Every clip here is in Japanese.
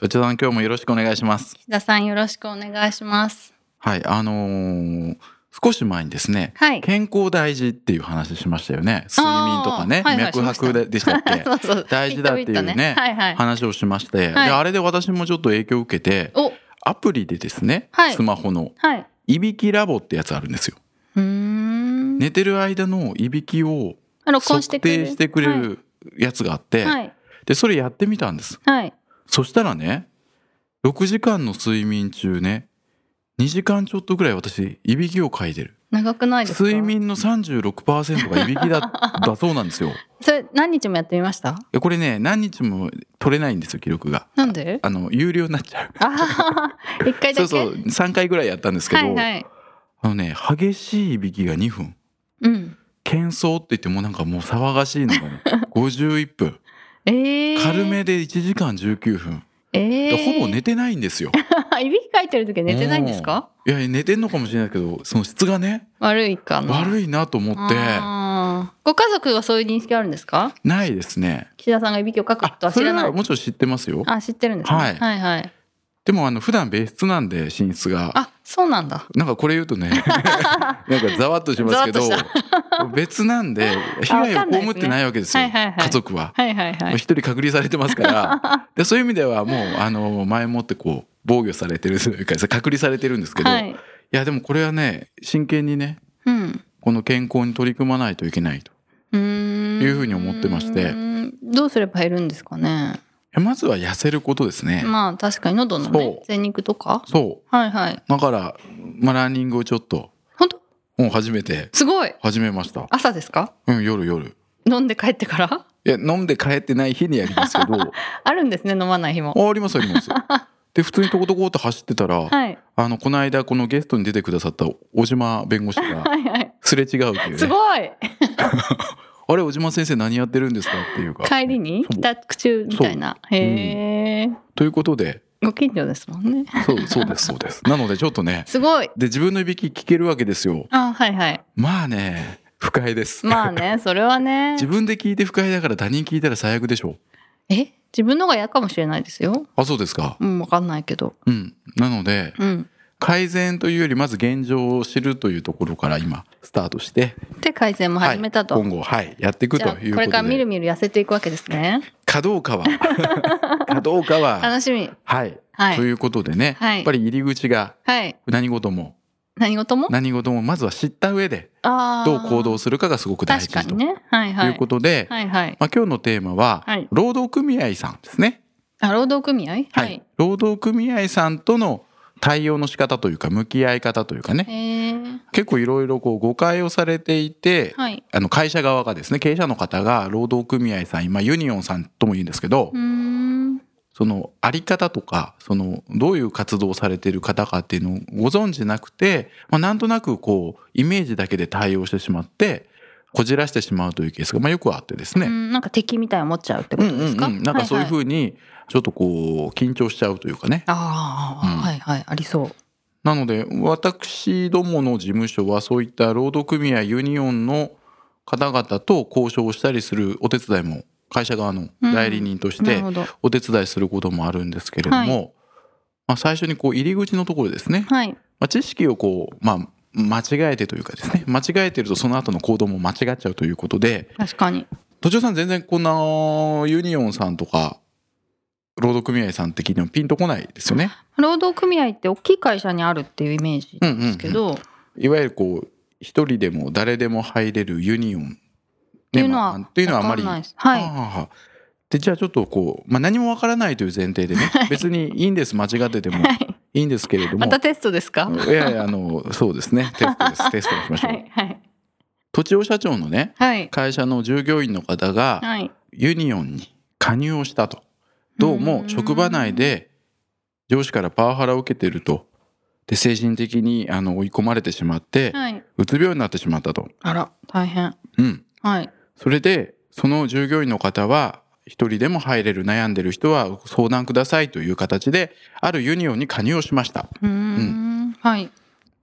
土地さん今日もよろしくお願いします岸田さんよろしくお願いしますはいあのー少し前にですね、はい健康大事っていう話しましたよね睡眠とかね、あーはいはい脈拍ででしたっけ そうそう大事だっていうねビットビットはいはい話をしまして、ではいあれで私もちょっと影響を受けておアプリでですね、はいスマホのはいういびきラボってやつあるんですよーん寝てる間のいびきをあ録音測してくれる定してくれるやつがあって、はいでそれやってみたんですはいそしたらね、6時間の睡眠中ね、2時間ちょっとぐらい私、いびきをかいてる。長くないですか睡眠の36%がいびきだだそうなんで すよ。それ何日もやってみましたでこれね、何日も取れないんですよ、記録が。なんであの、有料になっちゃう。あはは一回だそけうそう、3回ぐらいやったんですけど、はいはいあのね、激しいいびきが2分。うん喧騒って言ってもなんかもう騒がしいの がね、51分。えー、軽めで1時間19分。えでー、ほぼ寝 てないんですよ。いびきかいてる時は寝てないんですかいや、寝てんのかもしれないけど、その質がね、悪いかな悪いなと思ってあーご家族はそういう認識あるんですかないですね岸田さんがいびきをかくことあはそ知れらなはいもちろん知ってますよあ知ってるんですね、はいはいはいでもあの普段別室なんで寝室があそうなんだなんかこれ言 うとねなんかざわっとしますけどざわっ別なんで被害を被ってないわけですよわかんないですねはいはいはい家族ははいはいはもうい一人隔離されてますから でそういう意味ではもうあの前もってこう防御されてるというか 隔離されてるんですけど、、はいいやでもこれはね真剣にねうんこの健康に取り組まないといけないとうーんいうふうに思ってましてうーんどうすれば減るんですかねいやまずは痩せることですね、まあ確かに喉のねそう全肉とかそうはいはいだから、まあ、ランニングをちょっと、本当もう初めて、すごい始めました。朝ですかうん、夜夜。飲んで帰ってから いや、飲んで帰ってない日にやりますけど、あ、あるんですね飲まない日もありますあります。で、普通にとことこって走ってたら、はいあの、この間、このゲストに出てくださった小島弁護士が、はいはいすれ違うっていう、すね。ごいあれ、小島先生何やってるんですかっていうか。帰りにそう帰宅中みたいなへえ、ということで、ご近所ですもんねそう、そうです、そう です。なので、ちょっとね、すごいで、自分のいびき聞けるわけですよ。あはいはいまあね、不快です。まあ ねそれはね自分で聞いて不快だから他人聞いたら最悪でしょ。え自分のが嫌かもしれないですよあ、そうですか。うんわかんないけどうん。なので、うん改善というよりまず現状を知るというところから今スタートしてで改善も始めたと、はい、今後はいやっていくじとゃいうあことでこれからみるみる痩せていくわけですね かどうかは かどうかは楽しみはい、はといいうことでね、はいやっぱり入り口がはい何事も何事も何事もまずは知った上であーどう行動するかがすごく大事確とかにねはいはいいうことで、はいはいまあ、今日のテーマは、はい労働組合さんですね、あ労働組合はい、はい、労働組合さんとの対応の仕方というか向き合い方というかねえー、結構いろいろこう誤解をされていて、はいあの会社側がですね経営者の方が労働組合さん今ユニオンさんとも言うんですけど、うーんそのあり方とかそのどういう活動をされている方かっていうのをご存じなくて、まあ、なんとなくこうイメージだけで対応してしまってこじらしてしまうというケースが、まあ、よくあってですうね。んなんか敵みたいに思っちゃうってこうんとですか、うんうん、なんかそういうふはうにちょっとこう緊張しちゃうというかね、ああー、うんはいはいありそうなので私どもの事務所はそういった労働組合ユニオンの方々と交渉をしたりするお手伝いも会社側の代理人としなるてほどお手伝いすることもあるんですけれども、はまあ、最初にこう入り口のところですね、はいまあ、知識をこう、まあ、間違えてというかですね間違えてるとその後の行動も間違っちゃうということで確かに途中さん全然こんなユニオンさんとか労働組合さんって聞いてもピンとこないですよね。労働組合って大きい会社にあるっていうイメージうんうんうんですけど、っいわゆるこう一人でも誰でも入れるユニオンねていうのまはあっていうのはあまりわかんないですはいあああでじゃあちょっとこう、まあ、何もわからないという前提でね、別にいいんです間違っててもはいいいんですけれども、またテストですか、いやいやあのそうですねテストですテストにしましょう、はいはい土地社長のねはい会社の従業員の方がはいユニオンに加入をしたとどうも職場内で上司からパワハラを受けてると。で、精神的にあの追い込まれてしまって、はい。うつ病になってしまったと。あら、大変。うん。はい。それで、その従業員の方は、一人でも入れる悩んでる人は相談くださいという形で、あるユニオンに加入をしました。うーん。はい。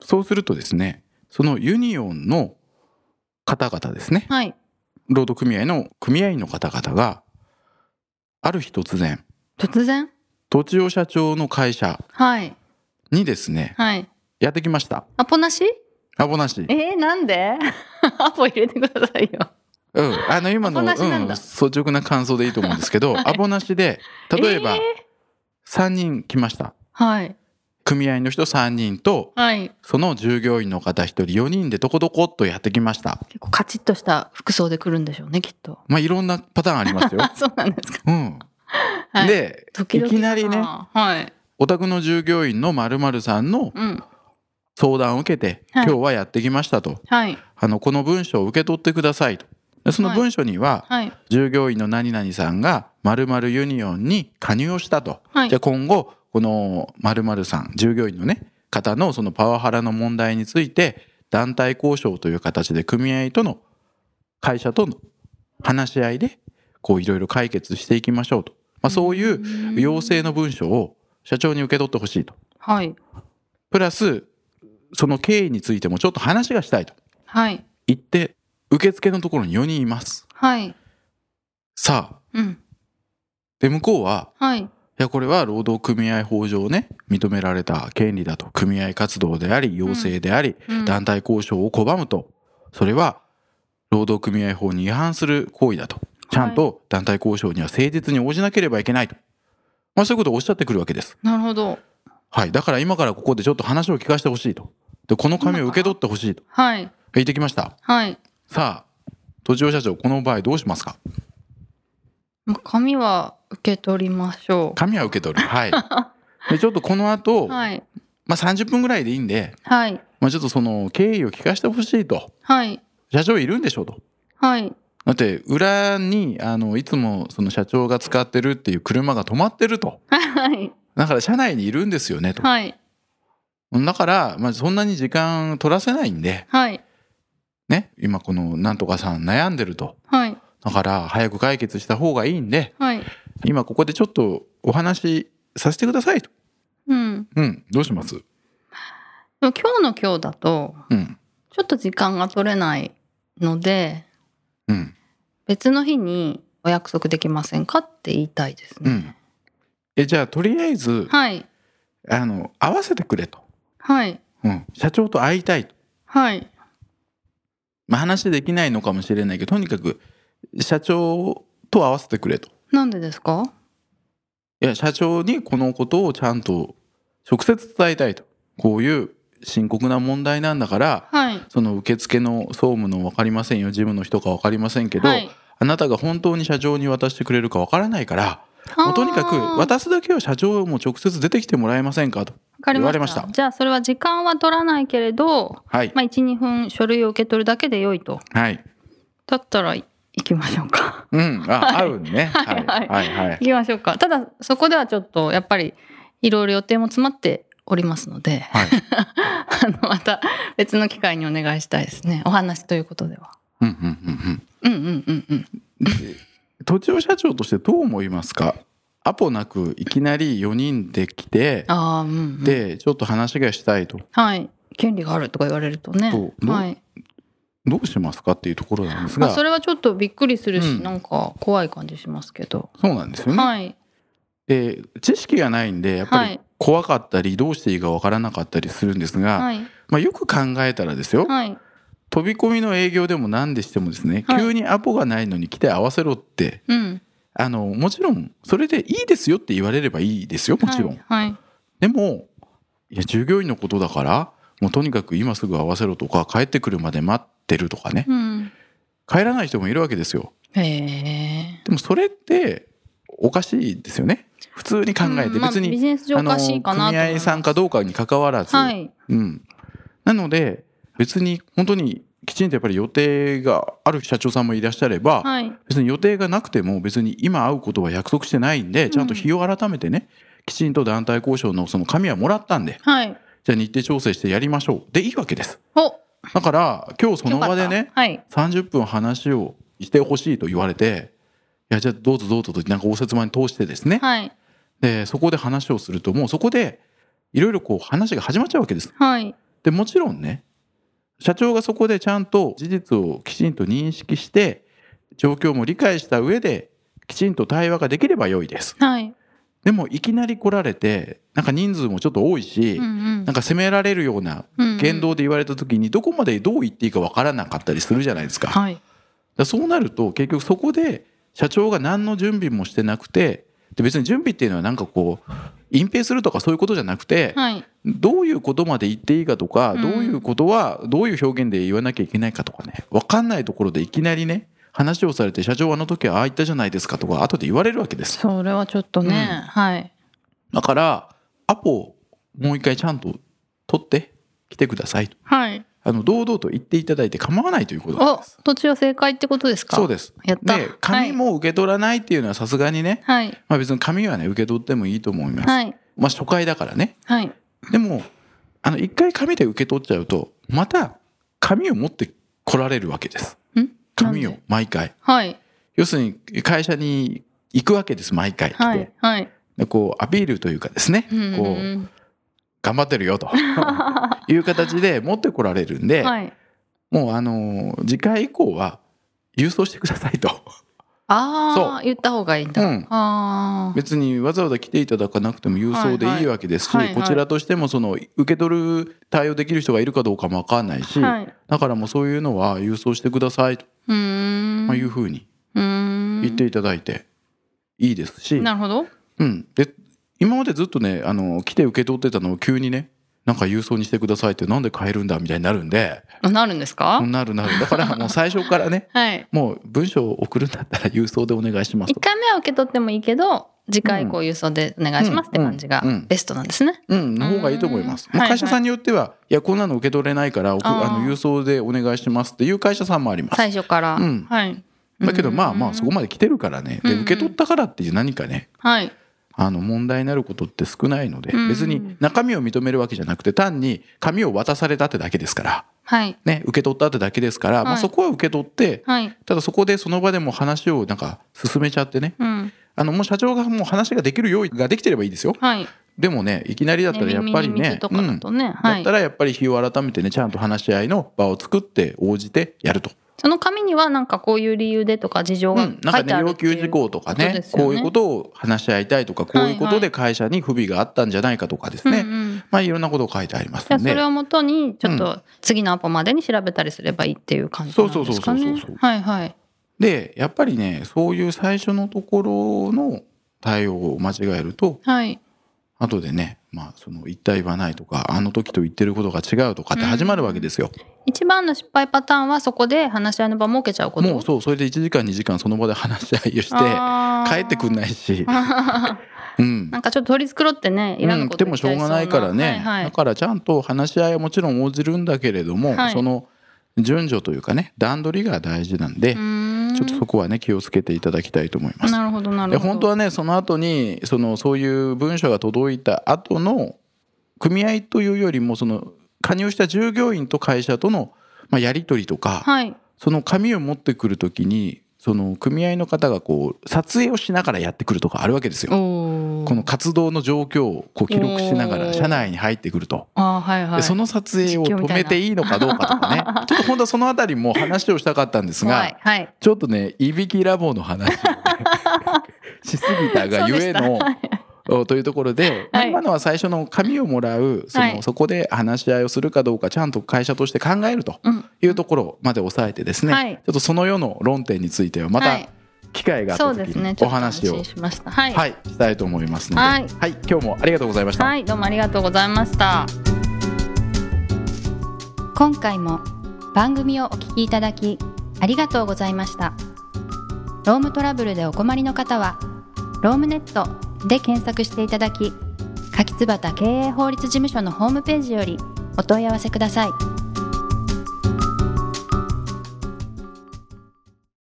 そうするとですね、そのユニオンの方々ですね、はい。労働組合の組合員の方々が、ある日突然、突然土地を社長の会社はい。にですね、はい。やってきました。アポなしアポなし。えー、なんで アポ入れてくださいよ。うん。あの、今の、アポうなしなんん、だ率直な感想でいいと思うんですけ ど、アポなしで、例えばえー、 3人来ました。はい。組合の人3人と、はい。その従業員の方1人4人でとことこっとやってきました。結構カチッとした服装で来るんでしょうね、きっ と。まあ、いろんなパターンあり ますよ。あ、そうなんですか。うん。はい。、で、時々いきなりねはい。お宅の従業員の〇〇さんのうん。相談を受けて、はい今日はやってきましたと。はい。あの、この文章を受け取ってくださいと。でその文書には、はい。従業員の何々さんが〇〇ユニオンに加入をしたと。はいじゃあ今後、この〇〇さん、従業員のね、方のそのパワハラの問題について、団体交渉という形で組合との、会社との話し合いで、こういろいろ解決していきましょうと。まあそういう要請の文書を社長に受け取ってほしいと。はい。プラス、その経緯についてもちょっと話がしたいとはい。言って、受付のところに4人います。はい。さあ、うん。で、向こうは、はい。いや、これは労働組合法上ね、認められた権利だと。組合活動であり、要請であり、うん団体交渉を拒むと。それは、労働組合法に違反する行為だと。ちゃんと団体交渉には誠実に応じなければいけないと。まあ、そういうことをおっしゃってくるわけです。なるほど。はい。だから今からここでちょっと話を聞かせてほしいと。で、この紙を受け取ってほしいと。はい。言ってきました。はい。さあ、土地社長、この場合どうしますかまあ紙は受け取りましょ紙は受け取る。 はい。で、ちょっとこのう。後、はい。まあ、30分ぐらいでいいんで、はい。まあ、ちょっとその経緯を聞かせてほしいと。はい。社長いるんでしょうと。はい。だって裏にあのいつもその社長が使ってるっていう車が止まってると。はい。だから社内にいるんですよねと。はい。だから、まあ、そんなに時間取らせないんで、はい。ね、今このなんとかさん悩んでると。はい。だから早く解決した方がいいんで、はい。今ここでちょっとお話しさせてくださいと。うん。うん、どうしますでも今日の今日だと、うん、ちょっと時間が取れないので、うん、別の日にお約束できませんかって言いたいですうね。ん。え、じゃあとりあえず、はい。あの、会わせてくれと。はい。うん、社長と会いたいと。はい。まあ、話できないのかもしれないけどとにかく社長と会わせてくれとなんでですかいや社長にこのことをちゃんと直接伝えたいとこういう深刻な問題なんだからはい。その受付の総務の分かりませんよ事務の人か分かりませんけど、はいあなたが本当に社長に渡してくれるか分からないからもうとにかくあー渡すだけは社長も直接出てきてもらえませんかとわかり言われままししたたじゃあそれは時間は取らないけれど、はい、まあ、12分書類を受け取るだけで良いとはいだったら行きましょうかうんあ、会うんねはいいはいはいはい行きましょうかただそこではちょっとやっぱりいろいろ予定も詰まっておりますので はいあのまた別の機会にお願いしたいですねお話ということではうんうんうんうんうんうんうんうん土地社長としてどう思いますかアポなくいきなり4人で来て、ああうん、うん、で、ちょっと話がしたいと。はい権利があるとか言われるとねそうどうはいどうしますかっていうところなんですまあ、が、そそれはちょっとびっくりするし、うんなんか怖い感じしますけど、うなんですよね。はいで、知識がないんで、やっぱはりい怖かったり、どうしていいかわからなかったりするんですが、はいまあよく考えたらですよ、はい飛び込みの営業でも何でしてもですね、はい急にアポがないのに来て合わせろって、うんあの、もちろん、それでいいですよって言われればいいですよ、もちろん。はいはいでもいや従業員のことだからもうとにかく今すぐ会わせろとか帰ってくるまで待ってるとかねうん帰らない人もいるわけですよへえ。でもそれっておかしいですよね普通に考えうてんまあ別ビに、ジネス上おかしいかなと組思います合さんかどうかに関わらず、はい。うん、なので別に本当にきちんとやっぱり予定がある社長さんもいらっしゃれば、はい。別に予定がなくても別に今会うことは約束してないんでちゃんと日を改めてね、きちんと団体交渉のその紙はもらったんで、はい。じゃあ日程調整してやりましょう。でいいわけです。お、だから、今日その場でよかねっ、たはい。 30分話をしてほしいと言われて、いや、じゃあどうぞどうぞと、なんか応接間に通してですね、はい。で、そこで話をすると、もうそこで、いろいろこう話が始まっちゃうわけです。はい。で、もちろんね、社長がそこでちゃんと事実をきちんと認識して、状況も理解した上で、きちんと対話ができれば良いです。はい。でも、いきなり来られて、なんか人数もちょっと多いし、うんうんなんか責められるようなうんうん言動で言われた時にどこまでどう言っていいかわからなかったりするじゃないですか。だかはい。らそうなると結局そこで社長が何の準備もしてなくてで別に準備っていうのはなんかこう隠蔽するとかそういうことじゃなくてはい。どういうことまで言っていいかとかうんどういうことはどういう表現で言わなきゃいけないかとかねわかんないところでいきなりね話をされて社長はあの時はああ言ったじゃないですかとか後で言われるわけです。それはちょっとね、うんはい。だからアポをもう一回ちゃんと取って来てくださいと。はい。あの堂々と言っていただいて構わないということなんおです。、途中は正解ってことですかそうです。やった。で紙も受け取らないっていうのはさすがにね、はい。まあ、別に紙はね受け取ってもいいと思います。はい。まあ初回だからね。はい。でもあの一回紙で受け取っちゃうとまた紙を持って来られるわけです。はい。ん紙。なをんで毎回。はい。要するに会社に行くわけです毎回来て、はい。はい。でこうアピールというかですね、うんこう頑張ってる よという形で持ってこられるんで、はい。もうあのー次回以降は郵送してくださいとあそあ、言った方がいいんだ。うんああ。別にわざわざ来ていただかなくても郵送でいいわけですし、はいはいはいはいこちらとしてもその受け取る対応できる人がいるかどうかもわかんないし、はい。だからもうそういうのは郵送してくださいとうーん。まあいうふうにうーん。言っていただいていいですし、なるほど。うん、で今までずっとねあの来て受け取ってたのを急にねなんか郵送にしてくださいってなんで変えるんだみたいになるんであなるんですか、なるなるだからもう最初からねはい。もう文章を送るんだったら郵送でお願いします一と回目は受け取ってもいいけど、次回以降郵送でお願いしますって感じがうんうんうんベストなんですね。うん、の方がいいと思います。うんまはいあはい会社さんによっては、いや、こんなの受け取れないから、送ああーの郵送でお願いしますっていう会社さんもあります。最初から。うんはい。だけど、うんまあまあ、そこまで来てるからね、でうんうん受け取ったからっていう何かね。はい。あの問題になることって少ないのでうん別に中身を認めるわけじゃなくて単に紙を渡されたってだけですからはい。ね受け取ったってだけですからまあはいそこは受け取ってはい。ただそこでその場でもう話をなんか進めちゃってねうん。あのもう社長がもう話ができる用意ができてればいいですよはい。でもねいきなりだったらやっぱり耳にね水とうかだんとね、はだっいた。らやっぱり日を改めてねちゃんと話し合いの場を作って応じてやると、その紙にはなんかこういう理由でとか事情うがん、書なんかいてねある要ってい求う事項とかねことですよねこういうことを話し合いたいとかこういうこはいとはで会社に不備があったんじゃないかとかですね、うんうんまあいろんなことを書いてありますじゃあんそでれをもとにちょっと次のアポまでに調べたりすればいいっていう感じなんですかそうそうそうそうねそうそう。はいはい。でやっぱりねそういう最初のところの対応を間違えるとはい。後でねまあその一体はないとかあの時と言ってることが違うとかって始まるわけですよ、一番の失敗パターンはそこで話し合いの場設けちゃうこと。もうそうそれで1時間2時間その場で話し合いをして帰ってくんい。な いしうんなんかちょっと取り繕ってね、いらうぬん、こと来て言もっしちゃょいうそうながないからはいね、はだい。からちゃんと話し合いはもちろん応じるんだけれども、はいその順序というかね段取りが大事なんで、うーんちょっとそこはね気をつけていただきたいと思います。なるほどなるでほど。本当はねその後にそのそういう文書が届いた後の組合というよりもその加入した従業員と会社との、まあ、やり取りとか、はい。その紙を持ってくる時にその組合の方がこう撮影をしながらやってくるとかあるわけですよ。おここの活動の状況をこう記録しながおらー社内に入ってくると、あーはいはでい。その撮影を止めていいのかどうかと かねちょっと本当はそのあたりも話をしたかったんですはいがはい。ちょっとねいびきラボの 話をねしすぎたがゆえのそうでした。おというところで、まあはい今のは最初の紙をもらうその、はいそこで話し合いをするかどうかちゃんと会社として考えるとうんいうところまで抑えてですね、はいちょっとその世の論点についてはまはたい機会があっそうたで時すね。にちょおっと安話を、心しました。はい。はい、したいと思いますので、はいはい、今日もありがとうございました。はい、どうもありがとうございました。今回も番組をお聞きいただきありがとうございましたロームトラブルでお困りの方は「ロームネット」で検索していただき柿椿経営法律事務所のホームページよりお問い合わせください